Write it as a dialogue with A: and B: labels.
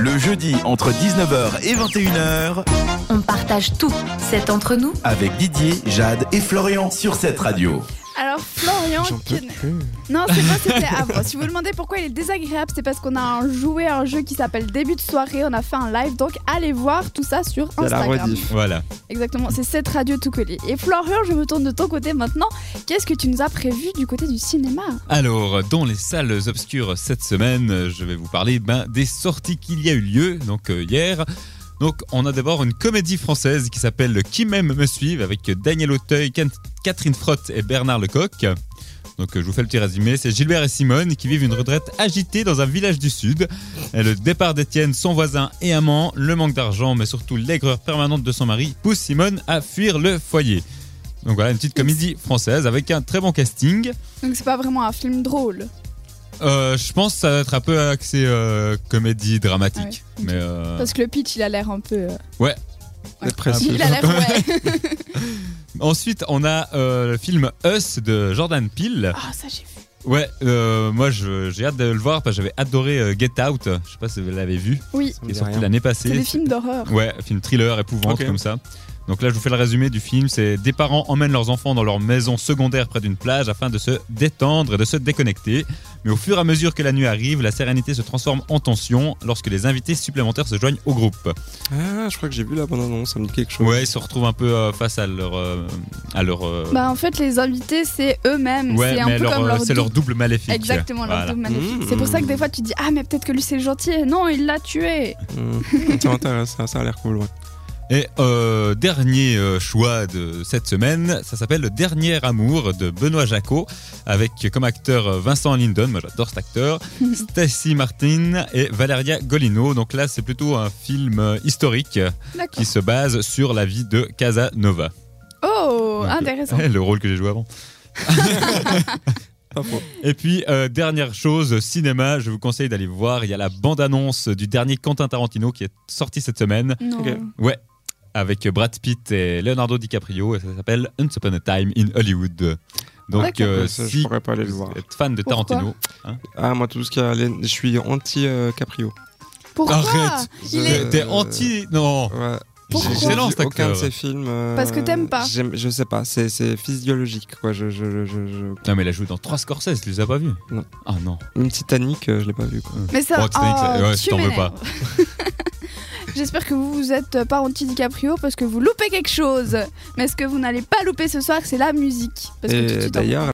A: Le jeudi, entre 19h et 21h,
B: On partage tout. C'est entre nous.
A: avec Didier, Jade et Florian sur cette radio.
C: Alors Florian, Quenet- non c'est pas c'était avant. Si vous demandez pourquoi il est désagréable, c'est parce qu'on a joué à un jeu qui s'appelle Début de soirée. On a fait un live, donc allez voir tout ça sur Instagram.
D: Voilà.
C: Exactement, c'est cette radio tout collé. Et Florian, je me tourne de ton côté maintenant. Qu'est-ce que tu nous as prévu du côté du cinéma
D: Alors, dans les salles obscures cette semaine, euh, je vais vous parler ben, des sorties qu'il y a eu lieu, donc euh, hier. Donc, on a d'abord une comédie française qui s'appelle Qui m'aime me suive avec Daniel Auteuil, Ken- Catherine Frotte et Bernard Lecoq. Donc, euh, je vous fais le petit résumé. C'est Gilbert et Simone qui vivent une retraite agitée dans un village du Sud. Et le départ d'Étienne, son voisin et amant, le manque d'argent, mais surtout l'aigreur permanente de son mari, pousse Simone à fuir le foyer. Donc, voilà une petite comédie française avec un très bon casting.
C: Donc c'est pas vraiment un film drôle.
D: Euh, je pense que ça va être un peu axé euh, comédie dramatique.
C: Ah ouais, ok.
D: Mais euh,
C: Parce que le pitch, il a l'air un peu. euh,
D: peu.
C: Il a l'air ouais.
D: Ensuite, on a euh, le film Us de Jordan Peele.
C: Ah ça j'ai vu.
D: Ouais, euh, moi je- j'ai hâte de le voir parce que j'avais adoré euh, Get Out. Je sais pas si vous l'avez vu,
C: Oui,
D: qui est sorti l'année
C: c'est
D: passée.
C: des films d'horreur.
D: Ouais, film thriller épouvante
E: Ok.
D: comme ça. Donc là, je vous fais le résumé du film. C'est des parents emmènent leurs enfants dans leur maison secondaire près d'une plage afin de se détendre et de se déconnecter. Mais au fur et à mesure que la nuit arrive, la sérénité se transforme en tension lorsque les invités supplémentaires se joignent au groupe.
E: Ah, je crois que j'ai vu la bande-annonce, ça me dit quelque chose.
D: Ouais, ils se retrouvent un peu euh, face à leur euh, à leur. euh,
C: Bah en fait, les invités, c'est eux-mêmes.
D: ouais,
C: c'est un
D: mais
C: peu
D: leur,
C: comme
D: euh,
C: leur
D: c'est leur
C: double.
D: double maléfique.
C: Exactement, leur
D: Voilà.
C: double magnifique.
E: Mmh.
C: C'est pour ça que des fois tu dis Ah, mais peut-être que lui c'est le gentil. Et non, il l'a tué.
E: Hmm, ça m'intéresse, ça, ça a l'air cool, ouais.
D: Et euh, dernier euh, choix de cette semaine, ça s'appelle Le Dernier Amour de Benoît Jacot, avec euh, comme acteur euh, Vincent Lindon, moi j'adore cet acteur, Stacy Martin et Valeria Golino. Donc là, c'est plutôt un film euh, historique euh,
C: D'accord.
D: qui se base sur la vie de Casanova.
C: Oh,
D: Donc, euh,
C: intéressant.
D: Le rôle que j'ai joué avant.
E: Pas faux.
D: Et puis, euh, dernière chose, cinéma, je vous conseille d'aller voir, il y a la bande-annonce du dernier Quentin Tarantino qui est sorti cette semaine.
C: Non.
E: Ok.
D: Ouais, avec Brad Pitt et Leonardo DiCaprio, et ça s'appelle Once Upon a Time in Hollywood. Donc,
C: D'accord.
D: euh,
E: Ça, je
D: si
E: pourrais pas aller le
D: vous
E: voir.
D: êtes fan de
C: Pourquoi
D: Tarantino,
E: Ah, moi, tout ce qui a. les- Je suis anti-Caprio.
C: Pourquoi
D: Arrête.
C: Il
D: t'es
C: est-
D: t'es anti. Non,
E: Ouais.
C: Pourquoi
E: J'ai- j'ai
D: Excellent,
E: vu
D: cet
E: aucun de
D: acteur.
E: ces films. euh,
C: Parce que t'aimes pas.
E: j'aime- Je sais pas, c'est c'est physiologique, quoi. Je, je, je, je- je-
D: non, mais il a joué dans trois Scorsese, tu les as pas vus
E: Non.
D: Ah non.
E: Même Titanic, euh, je l'ai pas vu, quoi.
C: Mais ça,
D: Oh, Titanic, ça-
C: oh,
D: ouais, je
C: tu
D: t'en veux
C: m'énerves. J'espère que vous vous êtes pas anti-DiCaprio parce que vous loupez quelque chose. Mais ce que vous n'allez pas louper ce soir, c'est la musique. Parce que tout de
E: Et
C: suite, on-
E: d'ailleurs,